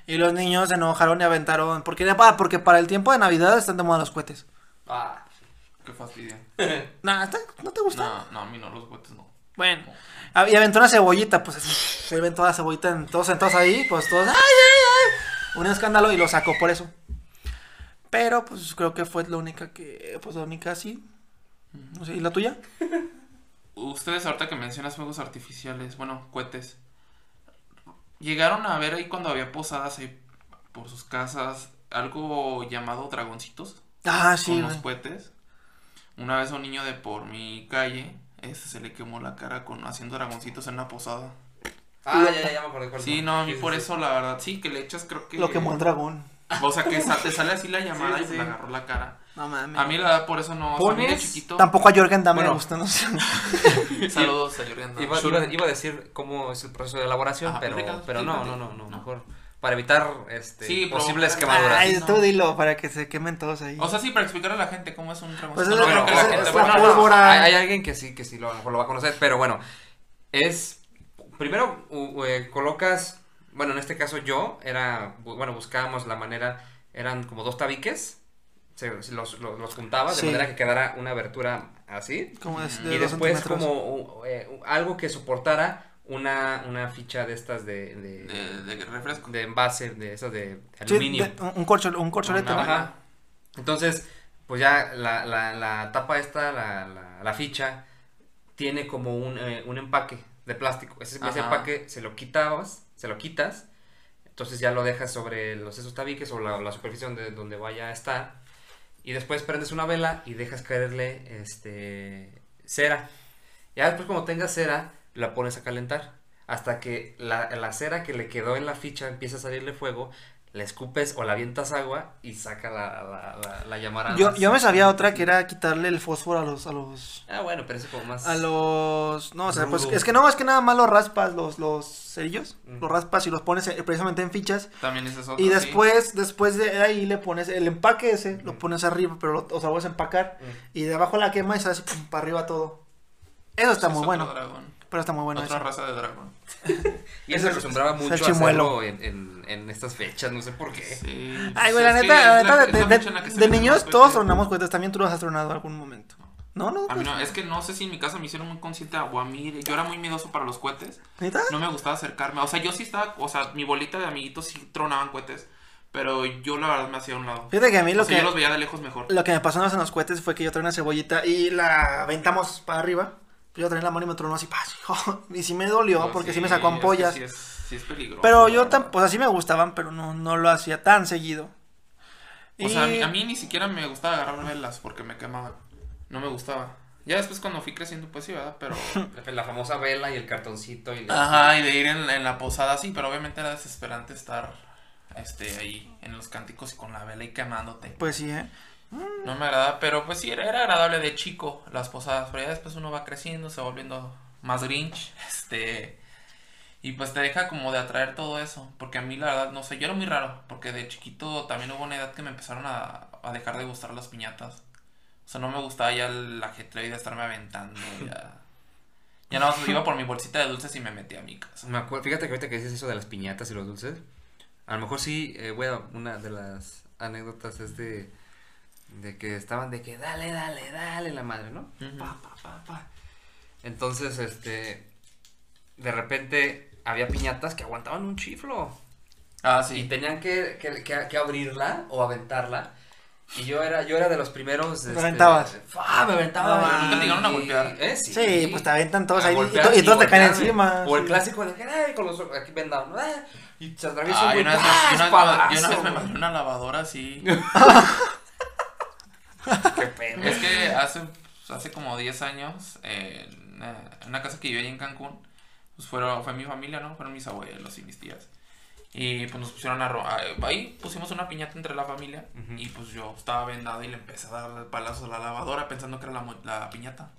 S1: Y los niños se enojaron y aventaron, porque era para, porque para el tiempo de Navidad están de moda los cohetes.
S3: Ah,
S2: Qué fastidio.
S1: Nah, ¿está- ¿no te gusta?
S2: No, no, a mí no, los botes no.
S1: Bueno. Ah, Y aventó una cebollita, pues se ven toda la cebollita, en- todos sentados ahí, pues todos, ¡ay, ay, ay! Un escándalo y lo sacó por eso. Pero pues creo que fue la única que, pues la única sí. No sé, ¿y la tuya?
S2: Ustedes ahorita que mencionas fuegos artificiales, bueno, cohetes. Llegaron a ver ahí cuando había posadas ahí por sus casas algo llamado dragoncitos.
S1: Ah, sí.
S2: con los
S1: güey.
S2: cohetes. Una vez un niño de por mi calle, este se le quemó la cara con haciendo dragoncitos en una posada.
S3: Ah, ya, ya, ya me acordé cuál
S2: Sí,
S3: fue.
S2: no, a mí
S3: sí,
S2: por
S3: sí.
S2: eso la verdad, sí, que le echas creo que...
S1: Lo quemó el dragón.
S2: O sea, que sa- te sale así la llamada
S3: Sí,
S2: y
S3: sí,
S2: me
S3: sí.
S2: agarró la cara.
S1: No mames.
S2: A mí la verdad por eso no... o sea, a mí de
S3: ¿Pones?
S2: chiquito...
S1: Tampoco a Jorgen Damme
S2: Bueno.
S1: le gustó, no sé.
S2: Saludos a Yurianda.
S3: Iba, iba- iba a decir cómo es el proceso de elaboración,
S2: Ajá,
S3: pero,
S2: platica,
S3: pero
S2: sí,
S3: no,
S2: platica.
S3: no, no, no,
S2: No.
S3: mejor. Para evitar este,
S2: Sí,
S3: posibles
S2: provocar-
S3: quemaduras.
S1: ah, Ay,
S2: no.
S1: tú dilo para que se quemen todos ahí.
S2: O sea, sí, para explicar a la gente cómo es un dragoncito.
S1: Pues es
S2: no
S1: la-
S2: creo que la
S1: es-
S2: gente-
S1: es la
S2: bueno, no,
S1: pólvora.
S3: Hay, hay alguien que sí, que sí, lo, a lo mejor lo va a conocer, pero bueno, es, primero u- eh, colocas, bueno, en este caso yo, era, bu- bueno, buscábamos la manera, eran como dos tabiques, se- se los, los, los juntabas
S1: Sí.
S3: de manera que quedara una abertura así,
S1: como es de
S3: y
S1: dos
S3: después
S1: centímetros.
S3: como u- eh, u- algo que soportara una, una ficha de estas de, de,
S2: de, de refresco.
S3: de envase, de esas de
S1: Sí,
S3: aluminio.
S1: de- un, un corcho- un corcholete.
S2: Una
S1: ¿no?
S2: vaina.
S3: Ajá. Entonces, pues ya la, la, la tapa esta, la, la, la ficha, tiene como un, eh, un empaque de plástico. Ese, ese
S2: Ajá.
S3: empaque se lo quitabas, se lo quitas, entonces ya lo dejas sobre los, esos tabiques o la, la superficie donde, donde vaya a estar. Y después prendes una vela y dejas caerle este, cera. Ya después como tengas cera, la pones a calentar. Hasta que la, la cera que le quedó en la ficha empieza a salirle fuego, la escupes o la avientas agua y saca la, la, la, la llamarada.
S1: Yo, yo me sabía otra que era quitarle el fósforo a los, a los
S3: Ah, bueno, pero eso como más...
S1: A los. No, o sea, pues
S3: Rudo.
S1: es que no, es que nada más los raspas, los, los cerillos.
S3: Mm.
S1: Los raspas y los pones eh, precisamente en fichas.
S2: También ese es otro,
S1: Y
S2: sí.
S1: después, después de ahí le pones el empaque ese, lo
S3: Ujú.
S1: pones arriba, pero lo, o sea, vas a empacar.
S3: Mm.
S1: Y de abajo la quema y sale así, pum, para arriba todo. Eso está
S2: Ese es
S1: muy
S2: otro
S1: bueno.
S2: dragón.
S1: Pero está muy bueno
S2: Otra
S1: eso.
S2: raza de dragón.
S3: Y eso
S1: Ese-
S3: se acostumbraba mucho a
S1: salchimuelo.
S3: hacerlo en, en, en estas fechas, no sé por qué.
S2: Sí.
S1: Ay, güey, la
S2: Sí, es que
S1: neta, la
S2: es
S1: neta,
S2: es
S1: de,
S2: la
S1: de-
S2: fecha en la que se
S1: de
S2: queman
S1: niños
S2: los
S1: todos
S2: cohetes.
S1: tronamos cuentas, también tú los has tronado en algún momento. No, no,
S2: A mí
S1: pues,
S2: no, es que no sé si en mi casa me hicieron muy consciente o a mí, yo era muy miedoso para los cohetes,
S1: ¿neta?
S2: no me gustaba acercarme, o sea, yo sí estaba, o sea, mi bolita de amiguitos sí tronaban cohetes, pero yo la verdad me hacía a un lado.
S1: Fíjate que a mí lo
S2: o sea,
S1: que.
S2: yo los veía de lejos mejor.
S1: Lo que me pasó una vez en los cohetes fue que yo traía una cebollita y la aventamos para arriba. Yo traía la mano y me tronó así, ¡pas! Y sí me dolió
S2: Pero
S1: porque sí, me sacó
S2: es que
S1: ampollas.
S2: Sí es, sí es peligroso.
S1: pero
S2: la
S1: yo
S2: verdad.
S1: tampoco, o sea, sí me gustaban, pero no, no lo hacía tan seguido.
S2: O sea, a mí,
S1: Y-
S2: a mí ni siquiera me gustaba agarrar velas porque me quemaba, no me gustaba. Ya después cuando fui creciendo, pues sí, ¿verdad? Pero...
S3: La, la famosa vela y el cartoncito y... la-
S2: Ajá, y de ir en, en la posada, sí, pero obviamente era desesperante estar este, ahí en los cánticos y con la vela y quemándote.
S1: Pues sí, ¿eh?
S2: No me agrada, pero pues sí, era, era agradable de chico las posadas, pero ya después uno va creciendo, se va volviendo más grinch, este, y pues te deja como de atraer todo eso, porque a mí la verdad, no sé, yo era muy raro, porque de chiquito también hubo una edad que me empezaron a, a dejar de gustar las piñatas, o sea, no me gustaba ya el ajetreo y de estarme aventando, ya, ya nada más iba por mi bolsita de dulces y me metía a mi casa.
S3: Me acuer- Fíjate que ahorita que dices eso de las piñatas y los dulces, a lo mejor sí, eh, bueno, una de las anécdotas es de, de que estaban de que dale, dale, dale la madre, ¿no? Pa, pa, pa, pa. Entonces, este, de repente había piñatas que aguantaban un chiflo
S2: Ah,
S3: y
S2: sí,
S3: tenían que, que- que- que abrirla o aventarla. Y yo era, yo era de los primeros. este,
S1: aventabas?
S3: ¡Fa! me aventaba.
S1: Ah.
S3: y-
S2: ¿Nunca te llegaron a golpear?
S3: Eh,
S1: Sí,
S3: sí.
S1: pues te aventan todos
S3: A
S1: ahí y,
S3: golpear
S1: to- y todos te caen
S3: golpearme.
S1: encima.
S3: O el
S1: sí.
S3: clásico de que, ay, con los ojos aquí vendados, ¿no? Ay, Y se atraviesa
S2: Ah,
S3: un
S2: yo
S3: güey,
S2: una vez,
S3: ¡pah!
S2: me- yo una vez me- yo una vez me
S3: Espadazo,
S2: mandé una lavadora así.
S3: güey. Qué pena.
S2: Es que hace, hace como 10 años, eh, en una, en una casa que vivía ahí en Cancún, pues fueron, fue mi familia, ¿no? Fueron mis abuelos y mis tías. Y pues nos pusieron a, ro- a- Ahí pusimos una piñata entre la familia.
S3: Ujú.
S2: Y pues yo estaba vendado y le empecé a dar el palazo a la lavadora pensando que era la, mo- la piñata.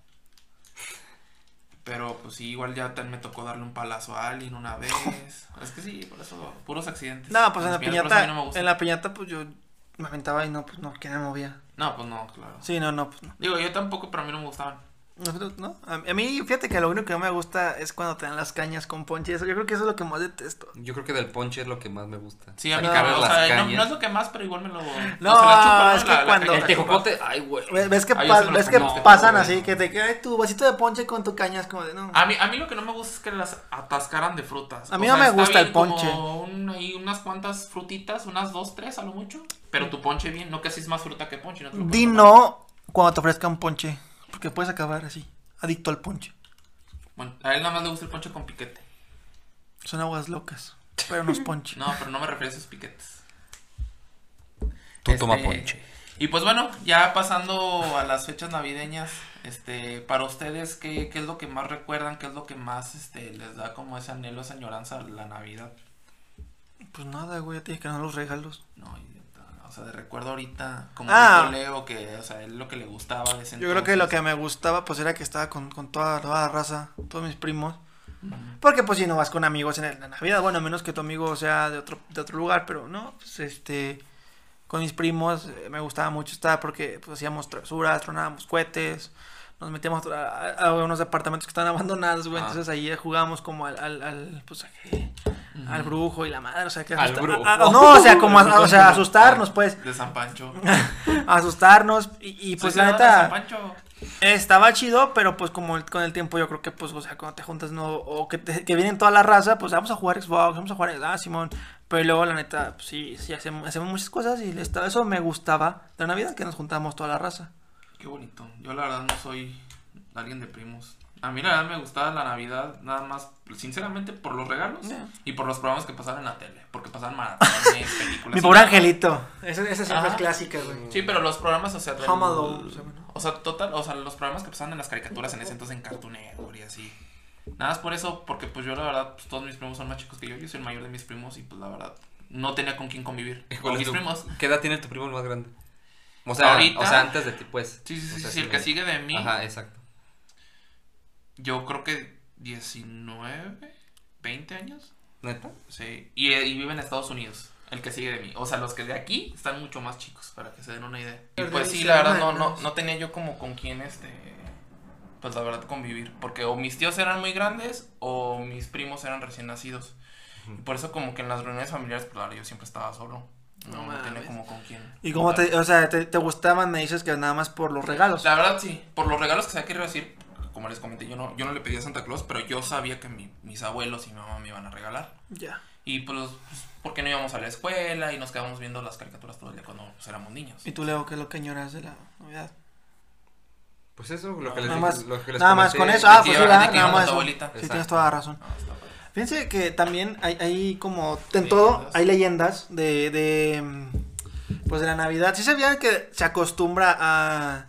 S2: Pero pues sí, igual ya te- me tocó darle un palazo a alguien una vez. es que sí, por eso, puros accidentes.
S1: No, pues en la
S2: Las piñatas, por
S1: piñata,
S2: eso a mí no me gustan.
S1: en la piñata, pues yo me aventaba y no, pues no, que no me movía.
S2: No, pues no, claro.
S1: Sí, no, no, pues no.
S2: Digo, yo tampoco, pero a mí no me gustaban.
S1: Nosotros, ¿no? A a mí, fíjate que lo único que no me gusta es cuando te dan las cañas con ponche. Eso, yo creo que eso es lo que más detesto.
S3: Yo creo que del ponche es lo que más me gusta.
S2: Sí, a mí
S3: Sacarle
S2: no, o
S3: las
S2: sea, no,
S3: cañas.
S2: no es lo que más, pero igual me lo. No,
S1: es que cuando-
S3: El tejocote, ay, güey.
S1: Ve- ¿Ves que,
S2: Ah, yo
S1: pas-
S2: se lo
S1: ves que
S2: reconozco,
S1: pasan
S2: güey.
S1: así? Que te cae tu vasito de ponche con tu caña. Es como de no.
S2: A mí, a mí lo que no me gusta es que las atascaran de frutas.
S1: A mí no me
S2: está
S1: gusta el
S2: bien como
S1: ponche.
S2: un- ahí unas cuantas frutitas, unas dos, tres a lo mucho. Pero tu ponche bien, no que así es más fruta que ponche. No te lo puedes
S1: Di
S2: tomar.
S1: no cuando te ofrezcan ponche. Porque puedes acabar así. Adicto al ponche.
S2: Bueno, a él nada más le gusta el ponche con piquete.
S1: Son aguas locas. Pero no es ponche.
S2: No, pero no me refiero a esos piquetes.
S3: Tú
S2: Este,
S3: toma ponche.
S2: Y pues bueno, ya pasando a las fechas navideñas, este, para ustedes, ¿qué, qué es lo que más recuerdan? ¿Qué es lo que más este, les da como ese anhelo, esa añoranza a la Navidad?
S1: Pues nada, güey. Ya tienes que ganar los regalos.
S2: No, y de- o sea, de recuerdo ahorita, como
S1: Ah.
S2: dijo Leo, que, o sea, él lo que le gustaba de ese
S1: Yo creo que lo que
S2: entonces.
S1: me gustaba, pues era que estaba con, con toda, toda la raza. Todos mis primos.
S2: Ujú.
S1: Porque pues si no vas con amigos en la Navidad, bueno, a menos que tu amigo sea de otro, de otro lugar, pero no, pues este, con mis primos eh, me gustaba mucho estar porque pues, hacíamos travesuras, tronábamos cohetes, nos metíamos a, a- a unos departamentos que estaban abandonados, güey,
S2: Ah.
S1: entonces ahí jugábamos como al, al, al, pues, a que- al brujo y la madre, o sea, que
S3: Al
S1: asusta-
S3: brujo.
S1: a- a- no, o sea, como, a- o sea, asustarnos, pues,
S2: De San Pancho.
S1: asustarnos y, y, pues
S2: Soy
S1: la
S2: ciudadano de San
S1: neta...
S2: Pancho.
S1: Estaba chido, pero pues como el- con el tiempo yo creo que pues, o sea, cuando te juntas no, o que, te- que vienen toda la raza, pues vamos a jugar Xbox, vamos a jugar ah, Simón. Pero luego la neta, pues, sí, sí hacemos, hacemos muchas cosas y esta- eso me gustaba de la Navidad que nos juntamos toda la raza.
S2: Qué bonito. Yo la verdad no soy alguien de primos. A mí la verdad me gustaba la Navidad nada más, sinceramente, por los regalos
S1: Ya.
S2: y por los programas que pasaban en la tele. Porque pasaban maratones, películas.
S1: Mi
S2: y
S1: pobre
S2: nada.
S1: angelito. Ah. Esa, esa siempre
S2: Ajá.
S1: es clásica, güey.
S2: Sí, pero los programas, o sea, del-
S1: Home Alone, se llama, ¿no?
S2: o sea, total, o sea, los programas que pasaban en las caricaturas en ese entonces en Cartoon Network y así. Nada más por eso, porque pues yo la verdad, pues, todos mis primos son más chicos que yo, yo soy el mayor de mis primos y pues la verdad, no tenía con quién convivir.
S3: ¿Cuál
S2: Con
S3: es
S2: mis
S3: tu-
S2: primos.
S3: ¿Qué edad tiene tu primo el más grande? O sea,
S2: Ahorita-
S3: o sea, antes de ti, pues.
S2: Sí, sí,
S3: O
S2: sí,
S3: sea,
S2: sí, el
S3: me-
S2: que sigue de mí,
S3: Ajá, exacto.
S2: yo creo que 19, 20 años.
S3: ¿Neta?
S2: Sí, y, y vive en Estados Unidos, el que sigue de mí. O sea, los que de aquí están mucho más chicos, para que se den una idea. Y
S1: Pero
S2: pues
S1: de
S2: sí,
S1: mis
S2: la verdad, no, no,
S1: hermanos.
S2: no tenía yo como con quién, este, pues la verdad, convivir. Porque o mis tíos eran muy grandes o mis primos eran recién nacidos. Y por eso como que en las reuniones familiares, pues claro, yo siempre estaba solo.
S1: No
S2: No, no tenía
S1: mames.
S2: como con quién.
S1: Y como te, o sea, te, te gustaban, me dices que nada más por los regalos.
S2: La verdad, sí. Por los regalos que se ha querido decir, como les comenté, yo no, yo no le pedí a Santa Claus, pero yo sabía que mi- mis abuelos y mi mamá me iban a regalar.
S1: Ya.
S2: Y pues, pues, porque no íbamos a la escuela y nos quedábamos viendo las caricaturas todo el día cuando pues, éramos niños.
S1: Y tú, Leo, ¿qué es lo que añoras de la Navidad?
S3: Pues eso, lo
S2: Nada
S3: que les dije-
S1: más-
S3: lo que les
S1: Nada más con
S3: comenté.
S1: eso. Ah,
S2: que
S1: pues sí,
S2: iba-
S1: ¿verdad?
S2: de que iba
S1: Nada
S2: con
S1: más.
S2: tu
S1: eso.
S2: abuelita.
S1: Sí, tienes
S3: Exacto.
S1: toda la razón.
S2: No, está padre.
S1: Fíjense que también hay, hay como en
S2: Leyendas.
S1: todo hay leyendas de, de mm, pues de la Navidad. Sí sabían que se acostumbra a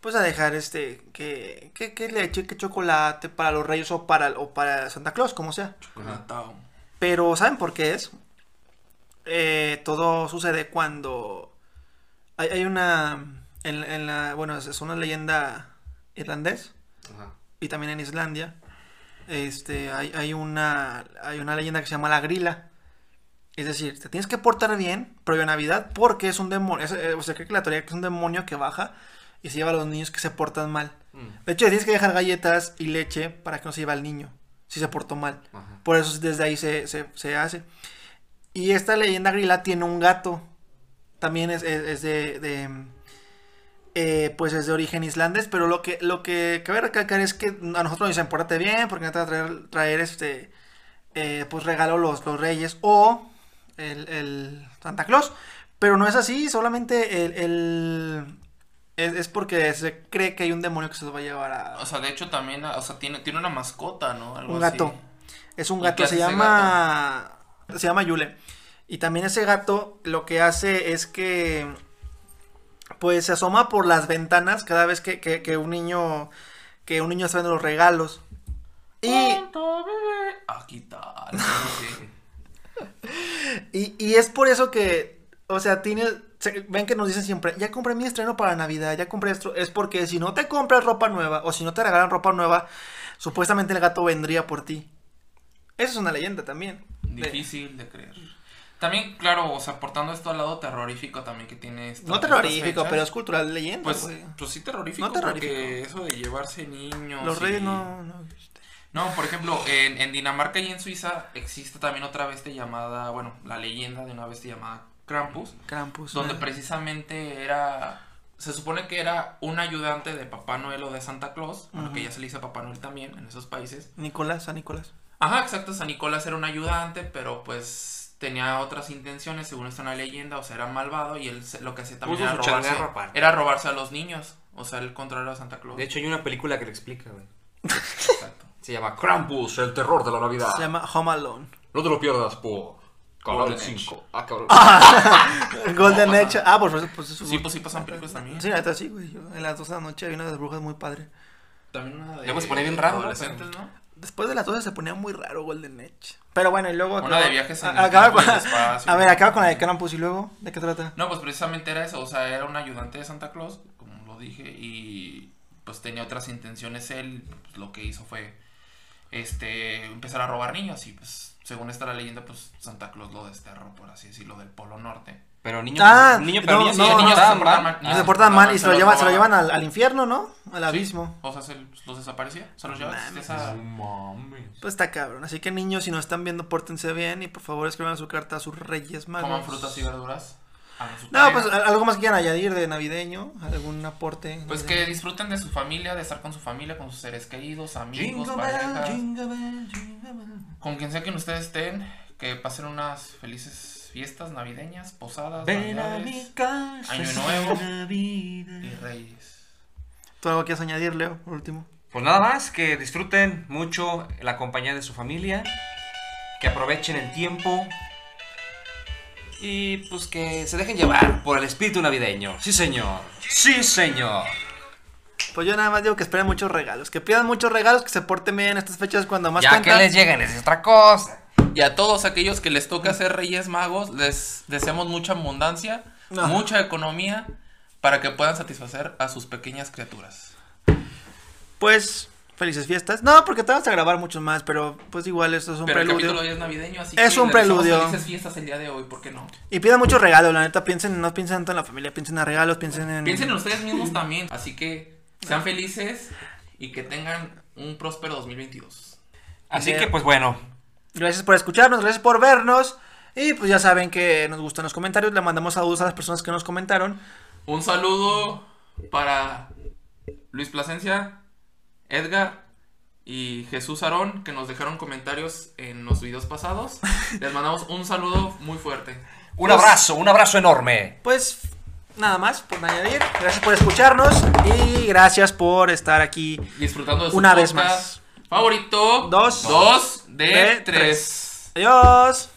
S1: pues a dejar este que, que, que leche, que chocolate para los reyes o para o para Santa Claus, como sea.
S2: Chocolatao.
S1: Pero ¿saben por qué es? Eh, todo sucede cuando hay, hay una en, en la bueno, es- es una leyenda irlandés
S3: Ajá.
S1: y también en Islandia, este, hay, hay una, hay una leyenda que se llama la grila. Es decir, te tienes que portar bien previo a Navidad porque es un demonio. es, eh, o sea, creo que la teoría que es un demonio que baja y se lleva a los niños que se portan mal.
S3: Mm,
S1: De hecho, le tienes que dejar galletas y leche para que no se lleve al niño si se portó mal.
S4: Mm,
S3: Ajá.
S1: Por eso desde ahí se, se- se hace. Y esta leyenda grila tiene un gato. También es, es- es de. de, mm, eh, pues es de origen islandés. Pero lo que, lo que cabe recalcar es que a nosotros nos dicen, pórtate bien, porque no te va a traer, traer este. eh, pues regalo los, los reyes o el, el Santa Claus. Pero no es así, solamente el. el- es, es porque se cree que hay un demonio que se los va a llevar a.
S2: O sea, de hecho también, o sea, tiene, tiene una mascota, ¿no? Algo
S1: Un gato. Es un
S2: ¿Y
S1: gato,
S2: qué
S1: se
S2: hace ese
S1: llama. Se llama Yule. Y también ese gato lo que hace es que. Pues se asoma por las ventanas cada vez que, que- que un niño. Que un niño está viendo los regalos. Y,
S2: así. Aquí está. Ah, no sé.
S1: y, y es por eso que. O sea, tiene. se- ven que nos dicen siempre, ya compré mi estreno para Navidad, ya compré esto. Es porque si no te compras ropa nueva o si no te regalan ropa nueva, supuestamente el gato vendría por ti. Esa es una leyenda también. De-
S2: Difícil de creer. También, claro, o sea, aportando esto al lado terrorífico también que tiene esto.
S1: No terrorífico, pero es cultural leyenda.
S2: Pues,
S1: güey.
S2: pues sí terrorífico,
S1: No terrorífico.
S2: porque eso de llevarse niños.
S1: Los
S2: y-
S1: reyes no. no- este,
S2: No, por ejemplo, en, en Dinamarca y en Suiza existe también otra bestia llamada, bueno, la leyenda de una bestia llamada Krampus,
S1: Krampus.
S2: donde
S1: ¿no?
S2: precisamente era, se supone que era un ayudante de Papá Noel o de Santa Claus, bueno, que
S1: Ujú.
S2: ya se le dice Papá Noel también en esos países.
S1: Nicolás, San Nicolás.
S2: Ajá, exacto, San Nicolás era un ayudante, pero pues tenía otras intenciones, según está una leyenda, o sea, era malvado y él se- lo que hacía también
S4: Puso
S2: era
S4: su
S2: robarse,
S4: changarro aparte.
S2: era robarse a los niños, o sea, el contrario a Santa Claus.
S4: De hecho, hay una película que lo explica, güey.
S2: exacto.
S4: Se llama Krampus, el terror de la Navidad.
S1: Se llama Home Alone.
S4: No te lo pierdas por Canal
S2: Golden
S4: 5. Ah, cabrón.
S1: Golden Edge. Ah, por supuesto, pues eso.
S2: Sí, pues sí pasan películas también.
S1: Sí, neta, sí, güey. Yo, en las 12 de la noche había una de las brujas muy padre.
S2: También una de
S3: Luego
S4: pues,
S3: se pone bien raro, ¿no?
S2: adolescentes, ¿no?
S1: Después de las 12 se ponía muy raro Golden Edge. Pero bueno, y luego.
S2: Una
S1: acaba-
S2: de viajes en el
S1: a- acaba
S2: tiempo y
S1: con-
S2: el espacio.
S1: A ver, acaba con la de Krampus y luego. ¿De qué trata?
S2: No, pues precisamente era eso, o sea, era un ayudante de Santa Claus, como lo dije, y pues tenía otras intenciones él, pues, lo que hizo fue este empezar a robar niños y pues según está la leyenda, pues Santa Claus lo desterró, por así decirlo, del Polo Norte.
S3: Pero niño,
S1: Ah,
S3: niño
S1: no,
S3: pero niño,
S1: no,
S3: niño
S1: no,
S3: estaba
S2: se
S3: mal.
S2: portan
S1: Y
S2: Ah,
S1: se portan mal y se lo,
S2: los
S1: llevan, se lo
S2: roban.
S1: llevan al, al infierno, ¿no? Al abismo.
S2: O sea, se los desaparecía, se los llevaba.
S1: Mames.
S4: Ah.
S2: esa-
S4: mames.
S1: Pues está cabrón. Así que niños, si nos están viendo, pórtense bien y por favor escriban su carta a sus reyes magos.
S2: Coman frutas y verduras. hagan su
S1: No,
S2: tarea.
S1: pues a- algo más que quieran añadir de navideño, algún aporte.
S2: Pues que disfruten de su familia, de estar con su familia, con sus seres queridos, amigos,
S4: Jingle bell,
S2: parejas.
S4: jingle bell, jingle bell.
S2: Con quien sea que ustedes estén, que pasen unas felices fiestas navideñas, posadas,
S4: Ven a mi
S2: navidades
S4: casa.
S2: Año nuevo.
S4: es Navidad.
S2: y reyes.
S1: ¿Tú algo quieres añadir, Leo, por último?
S3: Pues nada más, que disfruten mucho la compañía de su familia, que aprovechen el tiempo y pues que se dejen llevar por el espíritu navideño. Sí, señor. Sí, señor.
S1: Pues yo nada más digo que esperen muchos regalos, que pidan muchos regalos, que se porten bien en estas fechas cuando más
S3: ya
S1: cuentan.
S3: que les lleguen es otra cosa.
S2: Y a todos aquellos que les toca ser reyes magos, les deseamos mucha abundancia,
S1: Ajá.
S2: mucha economía, para que puedan satisfacer a sus pequeñas criaturas.
S1: Pues felices fiestas. No, porque te vamos a grabar muchos más, pero pues igual esto es un
S2: Pero el
S1: preludio.
S2: capítulo ya es navideño, así
S1: Es
S2: que
S1: un
S2: les deseamos
S1: preludio.
S2: felices fiestas el día de hoy, ¿por qué no?
S1: Y pidan muchos regalos, la neta, piensen, no piensen tanto en la familia, piensen en regalos, piensen en...
S2: Piensen en ustedes mismos también, así que sean felices y que tengan un próspero 2022.
S3: Así
S1: Ya.
S3: que pues bueno,
S1: Gracias por escucharnos, gracias por vernos. Y pues ya saben que nos gustan los comentarios, le mandamos saludos a las personas que nos comentaron.
S2: Un saludo para Luis Plasencia, Edgar y Jesús Aarón, que nos dejaron comentarios en los videos pasados. Les mandamos un saludo muy fuerte.
S3: un abrazo, un abrazo enorme.
S1: Pues nada más por añadir, gracias por escucharnos y gracias por estar aquí.
S2: Disfrutando de su
S1: Una vez
S2: podcast Favorito.
S1: Dos.
S2: Dos de,
S1: De
S2: tres.
S1: Adiós.